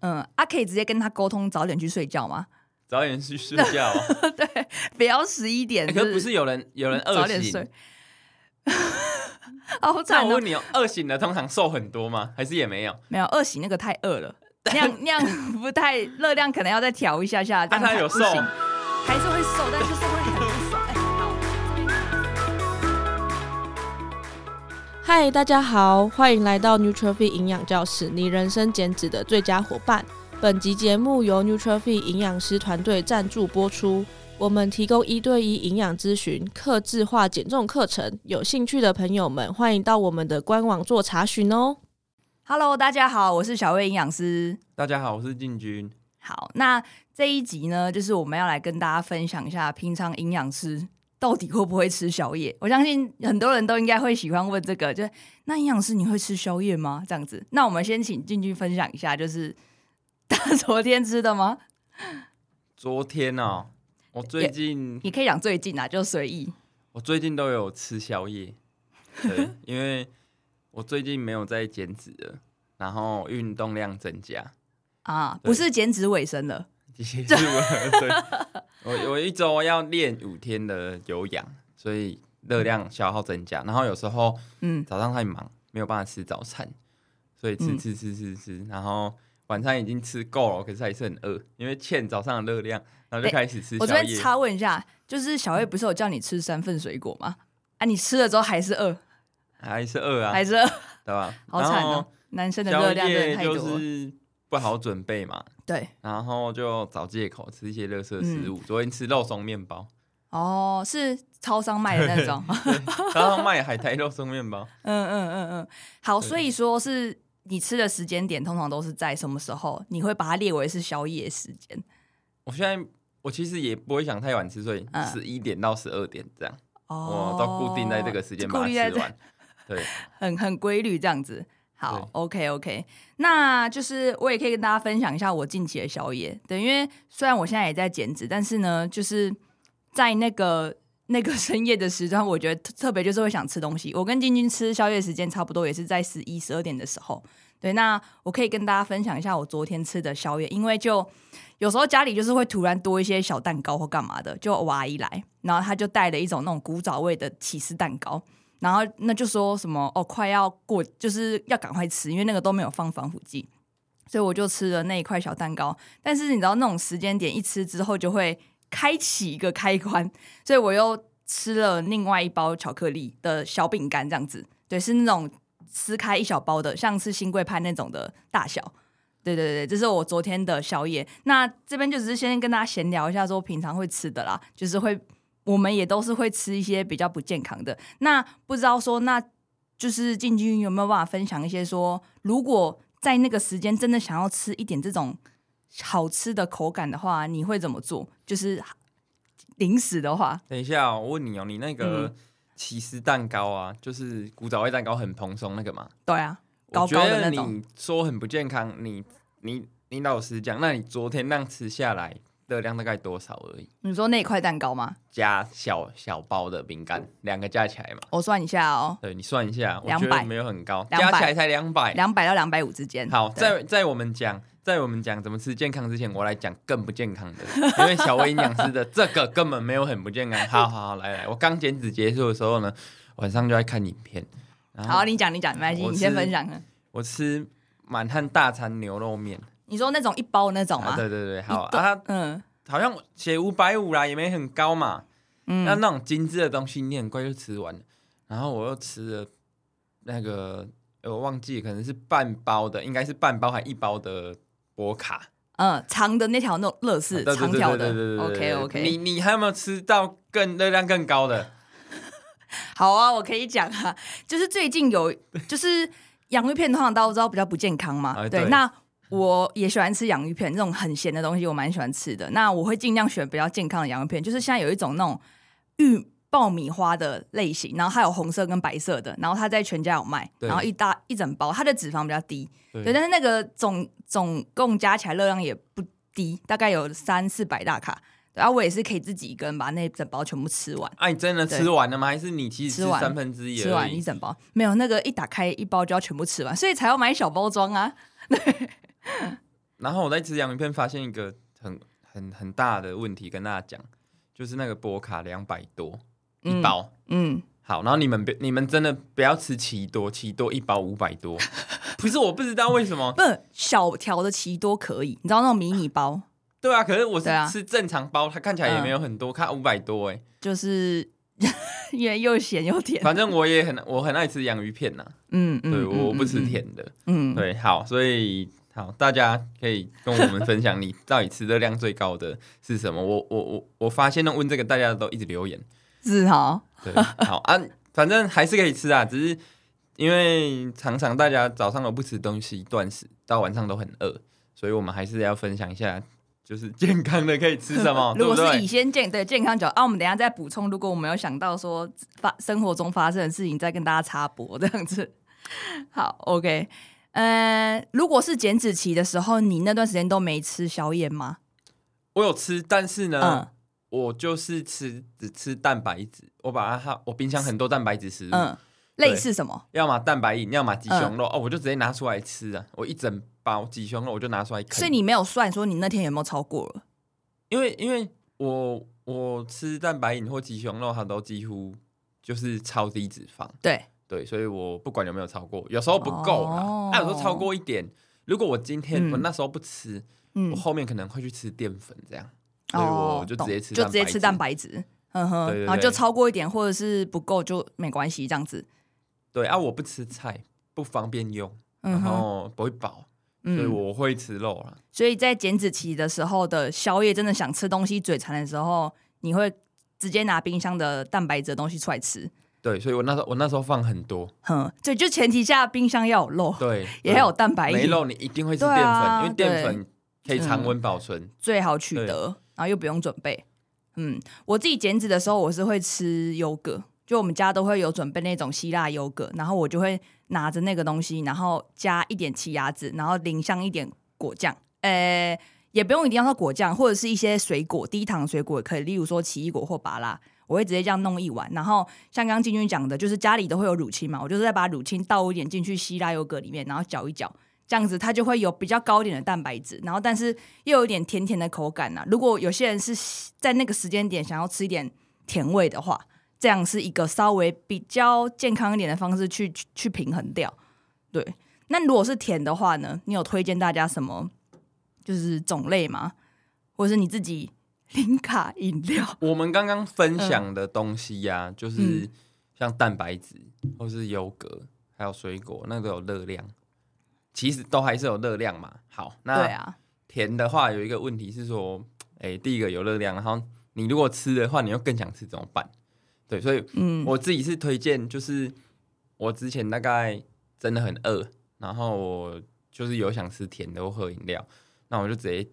嗯，啊，可以直接跟他沟通，早点去睡觉吗？ 早点去睡觉哦。对，不要十一点。欸就可不是有人有人早饿点醒睡？。 好那惨我哦！问你哦，饿醒的通常瘦很多吗？还是也没有？没有二喜那个太 饿了，那样那样不太热量，可能要再调一下下。 那但他有瘦？还是会瘦，但就是会很不爽。 哎好嗨，大家好，欢迎来到 Nutrify 营养教室，你人生减脂的最佳伙伴。本集节目由 Nutrify 营养师团队赞助播出。我们提供一对一营养咨询、客制化减重课程，有兴趣的朋友们欢迎到我们的官网做查询哦。 Hello，大家好，我是小薇营养师。大家好，我是进军。好，那这一集呢，就是我们要来跟大家分享一下，平常营养师到底会不会吃宵夜？我相信很多人都应该会喜欢问这个，就是那营养师你会吃宵夜吗？这样子，那我们先请进去分享一下，就是 他昨天吃的吗？昨天哦，我最近也可以讲最近啊，就随意。我最近都有吃宵夜， 对，因为我最近没有在减脂了，然后运动量增加，啊，对不是减脂尾声了，其 实我对我我一周要练五天的有氧，所以热量消耗增加，然后有时候嗯，早上太忙，没有办法吃早餐，所以吃嗯吃吃吃吃，然后晚餐已经吃够了，可是还是很饿，因为欠早上的热量，然后就哎开始吃我这宵边夜。插问一下，就是小魏不是有叫你吃三份水果吗？啊，你吃了之后还是饿，还是饿啊，还是饿， 对吧？好然惨后哦！男生的宵热量真的夜太就多了，是不好准备嘛，对，然后就找借口吃一些垃圾食嗯物。昨天吃肉松面包，哦，是超商卖的那种，然后卖海苔肉松面包， 嗯嗯嗯嗯，好，对所以说是你吃的时间点通常都是在什么时候？你会把它列为是宵夜时间？我现在。我其实也不会想太晚吃，所以嗯十一点到十二点这样，哦我，都固定在这个时间就把哦固它定在吃这完。对，很很规律这样子。对好，OK OK，那就是我也可以跟大家分享一下我近期的宵夜。对，因为虽然我现在也在减脂，但是呢，就是在那个那个深夜的时段，我觉得特特别就是会想吃东西。我跟晶晶吃宵夜时间差不多，也是在十一、十二点的时候。对，那我可以跟大家分享一下我昨天吃的宵夜，因为就有时候家里就是会突然多一些小蛋糕或干嘛的，就我阿姨来，然后她就带了一种那种古早味的起司蛋糕，然后那就说什么哦，快要过，就是要赶快吃，因为那个都没有放防腐剂，所以我就吃了那一块小蛋糕。但是你知道那种时间点一吃之后就会开启一个开关，所以我又吃了另外一包巧克力的小饼干，这样子，对，是那种撕开一小包的，像是新贵派那种的大小。对对对，这是我昨天的宵夜。那这边就只是先跟大家闲聊一下，说平常会吃的啦，就是会我们也都是会吃一些比较不健康的。那不知道说，那就是进军有没有办法分享一些说，如果在那个时间真的想要吃一点这种好吃的口感的话，你会怎么做？就是零食的话，等一下哦、我问你哦，你那嗯个起司蛋糕啊，就是古早味蛋糕很蓬松那个嘛？对啊，高我觉高的得那种，你说很不健康，你你你老实讲，那你昨天那样吃下来，热量大概多少而已？你说那一块蛋糕吗？加小小包的饼干，两个加起来嘛？我算一下哦，对你算一下，我觉得200没有很高， 200加起来才两百。两百到两百五之间。好，嗯对在在我们讲在我们讲怎么吃健康之前，我来讲更不健康的，因为小薇营养师的这个根本没有很不健康。好好好，来来，我刚减脂结束的时候呢，晚上就在看影片，然后好，你讲，你讲，没关系，我你是先分享。啊我吃满汉大餐牛肉面，你说那种一包那种吗？啊，对对对，好一顿啊，它嗯好像写五百五啦，也没很高嘛。那、嗯，那种精致的东西，你很快就吃完了。然后我又吃了那个，呃我忘记可能是半包的，应该是半包还一包的波卡，嗯，长的那条那种乐啊事，对对长对条对的对对对对对，OK 对 OK。你你还有没有吃到更热量更高的？好啊，我可以讲啊，就是最近有，就是洋芋片通常大家都知道比较不健康嘛，哎对，对那。我也喜欢吃洋芋片，这种很咸的东西我蛮喜欢吃的。那我会尽量选比较健康的洋芋片，就是现在有一种那种玉爆米花的类型，然后它有红色跟白色的，然后它在全家有卖，对然后一大一整包，它的脂肪比较低，对对，但是那个总总共加起来热量也不低，大概有三四百大卡。然后我也是可以自己一个人把那整包全部吃完。啊，你真的吃对完了吗？还是你其实吃吃完三分之一吃而完一已？整包，没有那个一打开一包就要全部吃完，所以才要买小包装啊。然后我在吃洋芋片发现一个很很很大的问题，跟大家讲，就是那个波卡两百多嗯一包。嗯，好，然后你们别，你们真的不要吃奇多，奇多一包五百多，不是我不知道为什么，不小条的奇多可以，你知道那种迷你包对啊，可是我是对啊吃正常包，它看起来也没有很多，看五百多哎，就是 因为又咸又甜，反正我也很我很爱吃洋芋片呐、嗯嗯，对，我嗯不吃，甜的，嗯，嗯对，好，所以好，大家可以跟我们分 享你到底吃热量最高的是什么。我我我我发现呢，问这个大家都一直留言，是哈， 对，好啊，反正还是可以吃啊，只是因为常常大家早上都不吃东西，断食到晚上都很饿，所以我们还是要分享一下，就是 健康的可以吃 ，什么如果哦对不是对以先健对健康角度啊，我们等一下再补充。如果我们有想到说发生活中发生的事情，再跟大家插播这样子。好，OK，呃，如果是减脂期的时候，你那段时间都没吃宵夜吗？我有吃，但是呢。嗯我就是吃只吃蛋白质，我把它我冰箱很多蛋白质食物，嗯，对类似什么？要么蛋白饮，要么鸡嗯胸肉、哦，我就直接拿出来吃啊！我一整包鸡胸肉我就拿出来啃。所以你没有算说你那天有没有超过了？因为因为我我吃蛋白饮或鸡胸肉，它都几乎就是超低脂肪，对，对，所以我不管有没有超过，有时候不够啦，哦啊，有时候超过一点。如果我今天、嗯我那时候不吃，嗯我，后面可能会去吃淀粉这样，所以哦，我就直懂接吃就直接吃蛋质。白质。嗯哼，对对对然后就超过一点或者是不够就没关系，这样子。对啊，我不吃菜，不方便用，嗯然哼，后不会饱，嗯所以我会吃肉啦。所以在减脂期的时候的宵夜，真的想吃东西嘴馋的时候，你会直接拿冰箱的蛋白质的东西出来吃。对，所以我那时候我那时候放很多，哼，对，就前提下冰箱要有肉，对， 也对要有蛋白没质，肉你一定会吃对淀粉，啊嗯因为淀粉可以常温保存。最好取得，然后又不用准备。嗯，我自己减脂的时候，我是会吃优格，就我们家都会有准备那种希腊优格，然后我就会拿着那个东西，然后加一点奇亚籽，然后淋上一点果酱，呃，也不用一定要说果酱，或者是一些水果，低糖水果也可以，例如说奇异果或芭拉。我会直接这样弄一碗，然后像刚刚金君讲的，就是家里都会有乳清嘛，我就是再把乳清倒一点进去希腊优格里面，然后搅一搅，这样子它就会有比较高一点的蛋白质，然后但是又有一点甜甜的口感呐、啊如果有些人是在那个时间点想要吃一点甜味的话，这样是一个稍微比较健康一点的方式去去去平衡掉。对，那如果是甜的话呢，你有推荐大家什么就是种类吗？或者是你自己零卡饮料？我们刚刚分享的东西呀、嗯就是像蛋白质或是优格，还有水果，那个有热量，其实都还是有热量嘛。好，对那啊，甜的话有一个问题是说，哎，第一个有热量，然后你如果吃的话，你又更想吃怎么办？对，所以嗯，我自己是推荐，就是我之前大概真的很饿，然后我就是有想吃甜的或喝饮料，那我就直接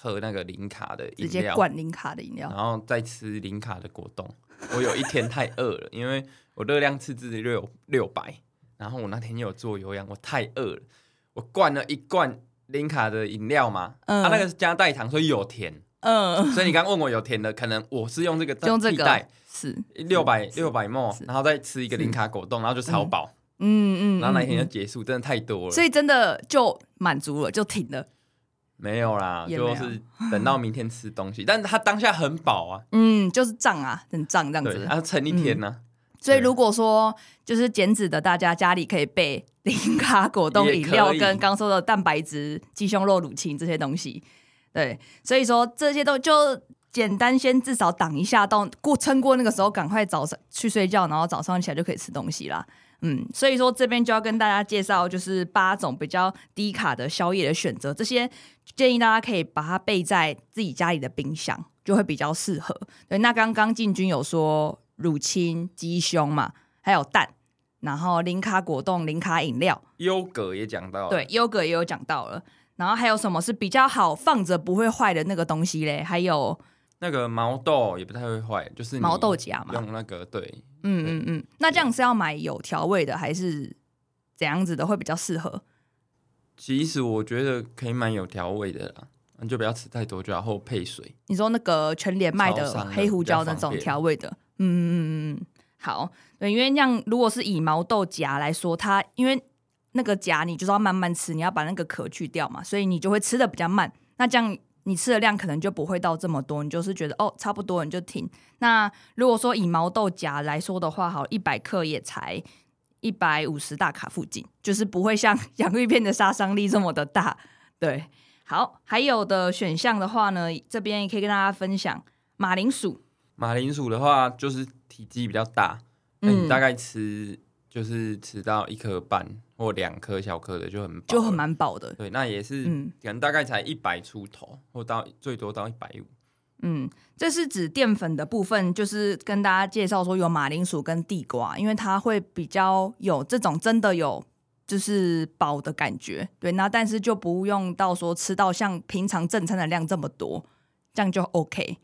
喝那个零卡的直饮接料，灌零卡的饮料然。后再吃零卡的果冻。我有一天太饿了，因为我热量赤字六六百，然后我那天又有做有氧，我太饿了，我灌了一罐零卡的饮料嘛，啊嗯它、那个是加代糖，所以有甜。嗯，所以你刚问我有甜的，可能我是用这个就用这替个代是，六百六百沫是，然后再吃一个零卡果冻，然后就超饱，嗯嗯，然后那一嗯天就嗯结束，真的太多了。所以真的就满足了，就停了。没有啦，也没有就是等到明天吃东西，但他当下很饱啊，嗯，就是胀啊，很胀这样对，子。他撑一天呢，所以对如果说就是减脂的，大家家里可以备零卡果冻、也饮料可以跟刚说的蛋白质、鸡胸肉、乳清这些东西。对，所以说这些都就简单，先至少挡一下，到过撑过那个时候，赶快早上去睡觉，然后早上起来就可以吃东西啦。嗯，所以说这边就要跟大家介绍，就是八种比较低卡的宵夜的选择，这些建议大家可以把它备在自己家里的冰箱，就会比较适合。对，那刚刚进军有说乳清、鸡胸嘛，还有蛋，然后零卡果冻、零卡饮料，优格也讲到了，对，优格也有讲到了。然后还有什么是比较好放着不会坏的那个东西嘞？还有那个毛豆也不太会坏，就是你毛豆荚嘛。用那个对，嗯嗯嗯。那这样是要买有调味的，还是怎样子的会比较适合？其实我觉得可以买有调味的啦，你就不要吃太多，就要后配水。你说那个全联卖超的商的黑胡椒那比较方种便调味的，嗯嗯嗯嗯，嗯，好，对，因为那样如果是以毛豆荚来说，它因为那个夹你就是要慢慢吃，你要把那个壳去掉嘛，所以你就会吃的比较慢。那这样你吃的量可能就不会到这么多，你就是觉得哦差不多你就停。那如果说以毛豆荚来说的话，好，一百克也才一百五十大卡附近，就是不会像 洋芋片的杀伤力这么的大。对，好，还有的选项的话呢，这边也可以跟大家分享马铃薯，马铃薯的话，就是体积比较大，嗯那你大概吃就是吃到一颗半或两颗小颗的就很饱就很了蛮饱的。对，那也是，嗯可能大概才一百出头，或到最多到一百五。嗯，这是指淀粉的部分，就是跟大家介绍说有马铃薯跟地瓜，因为它会比较有这种真的有就是饱的感觉，对。那但是就不用到说吃到像平常正餐的量这么多，这样就 OK。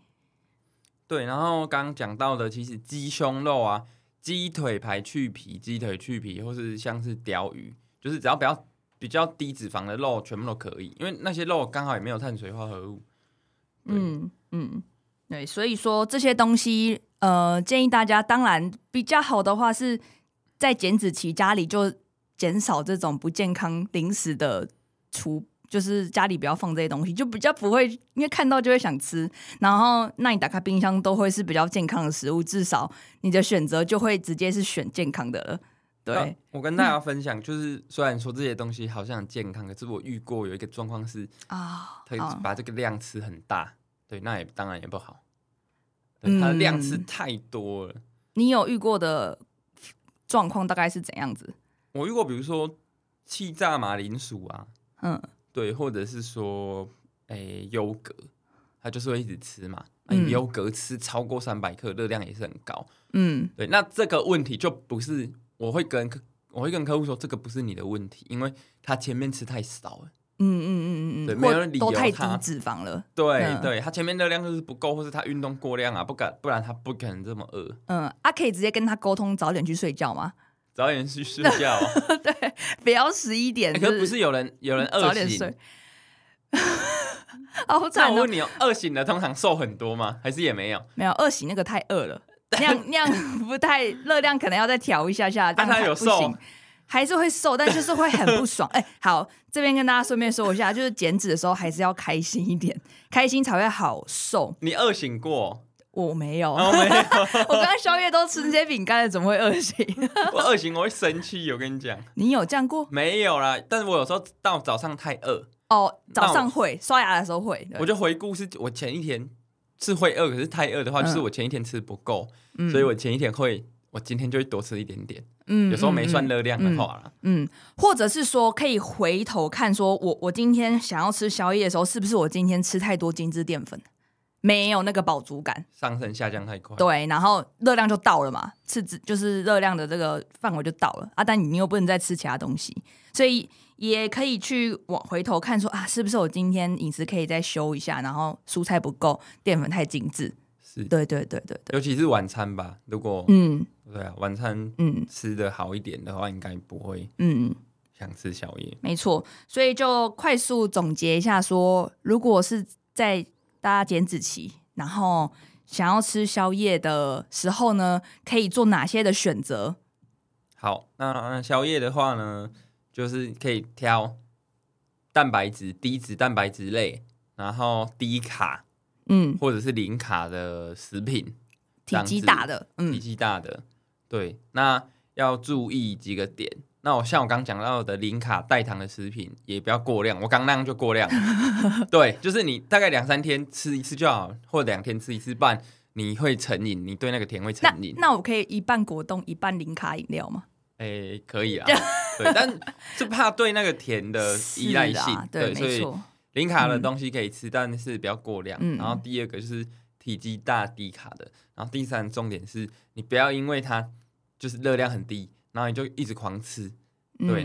对，然后刚刚讲到的，其实鸡胸肉啊、鸡腿排去皮、鸡腿去皮，或是像是鲷鱼，就是只要比较比较低脂肪的肉，全部都可以，因为那些肉刚好也没有碳水化合物。对嗯嗯，对，所以说这些东西，呃，建议大家，当然比较好的话是在减脂期家里就减少这种不健康零食的储，就是家里不要放这些东西，就比较不会因为看到就会想吃，然后那你打开冰箱都会是比较健康的食物，至少你的选择就会直接是选健康的了。那对，嗯我跟大家分享，就是虽然说这些东西好像很健康，可是我遇过有一个状况是，啊，他好把这个量吃很大，对，那也当然也不好。嗯对，它的量吃太多了。你有遇过的状况大概是怎样子？我遇过，比如说气炸马铃薯啊，嗯对，或者是说，诶、优格，它就是会一直吃嘛。啊嗯你优格吃超过三百克，热量也是很高。嗯对，那这个问题就不是我会跟客我会跟客户说，这个不是你的问题，因为他前面吃太少了。嗯嗯嗯嗯对嗯，没有或理都由太低它脂肪了。对、嗯对，他前面热量就是不够，或是他运动过量啊，不敢，不然他不可能这么饿。嗯，啊，可以直接跟他沟通，早点去睡觉吗？早点去睡 觉、不要十一点、欸就可是不是有人有人 早饿点醒睡？。好那惨我哦！问你哦，饿醒的通常瘦很多吗？还是也没有？没有饿醒那个太饿 了，那样那样不太热量，可能要再调一下下。那但啊他有瘦，还是会瘦，但就是会很不爽。哎、好，这边跟大家顺便说一下，就是减脂的时候还是要开心一点，开心才会好瘦。你饿醒过？我没有，哦，没有， 我刚刚宵夜都吃那些饼干了，怎么会饿醒？我饿醒我会生气，我跟你讲， 你有这样过？没有啦。但是我有时候到早上太饿，哦，那早我上会刷牙的时候会，对我就回顾是我前一天是会饿，可是太饿的话，嗯就是我前一天吃不够，嗯所以我前一天会，我今天就会多吃一点点。嗯有时候没算嗯热量的话啦，嗯，或者是说可以回头看说，我我今天想要吃宵夜的时候，是不是我今天吃太多精致淀粉，没有那个饱足感，上升下降太快。对，然后热量就到了嘛，是指就是热量的这个范围就到了啊，但你又不能再吃其他东西，所以也可以去往回头看说啊，是不是我今天饮食可以再修一下，然后蔬菜不够，淀粉太精致，是，对对对对对，尤其是晚餐吧。如果嗯对啊，晚餐嗯吃的好一点的话，应该不会嗯。想吃宵夜。没错，所以就快速总结一下说，如果是在大家减脂期，然后想要吃宵夜的时候呢，可以做哪些的选择？好，那那宵夜的话呢，就是可以挑蛋白质、低脂蛋白质类，然后低卡嗯，或者是零卡的食品，体积大的，体嗯积大的。对，那要注意几个点。那我像我刚讲到的零卡代糖的食品也不要过量，我刚那样就过量 了。对，就是你大概两三天吃一次就好，或两天吃一次半，你会成瘾，你对那个甜会那成瘾。那我可以一半果冻，一半零卡饮料吗？诶、可以啊，对，但是怕对那个甜的呃依赖 是性啦，对，对，所没以错，零卡的东西可以吃，但是不要过量。嗯然后第二个就是体积大低卡的，然后第三重点是你不要因为它就是热量很低，然后你就一直狂吃，对，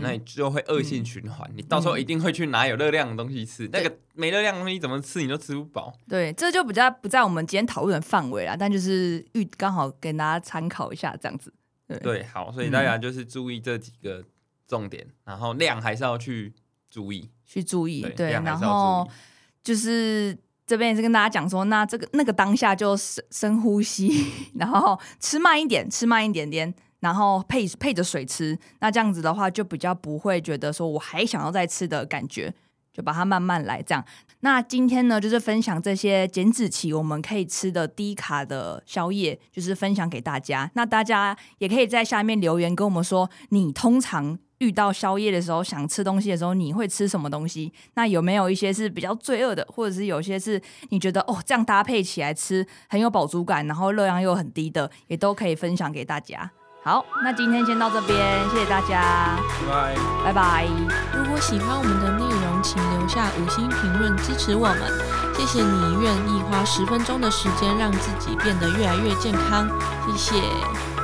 嗯那你就会恶性循环，你到时候一定会去拿有热量的东西吃，那个没热量的东西怎么吃你都吃不饱。对，这就比较不在我们今天讨论的范围啦，但就是预刚好给大家参考一下这样子。对，嗯对，好，所以大家就是注意这几个重点，然后量还是要去注意，去注意，对，对，量还然是要后注意。就是这边也是跟大家讲说，那这个那个当下就深深呼吸，然后吃慢一点，吃慢一点点，然后配配着水吃。那这样子的话，就比较不会觉得说我还想要再吃的感觉，就把它慢慢来这样。那今天呢，就是分享这些减脂期我们可以吃的低卡的宵夜，就是分享给大家。那大家也可以在下面留言跟我们说，你通常遇到宵夜的时候，想吃东西的时候，你会吃什么东西？那有没有一些是比较罪恶的，或者是有些是你觉得哦，这样搭配起来吃很有饱足感，然后热量又很低的，也都可以分享给大家。好，那今天先到这边，谢谢大家，拜。拜拜。如果喜欢我们的内容，请留下五星评论支持我们。谢谢你愿意花十分钟的时间让自己变得越来越健康，谢谢。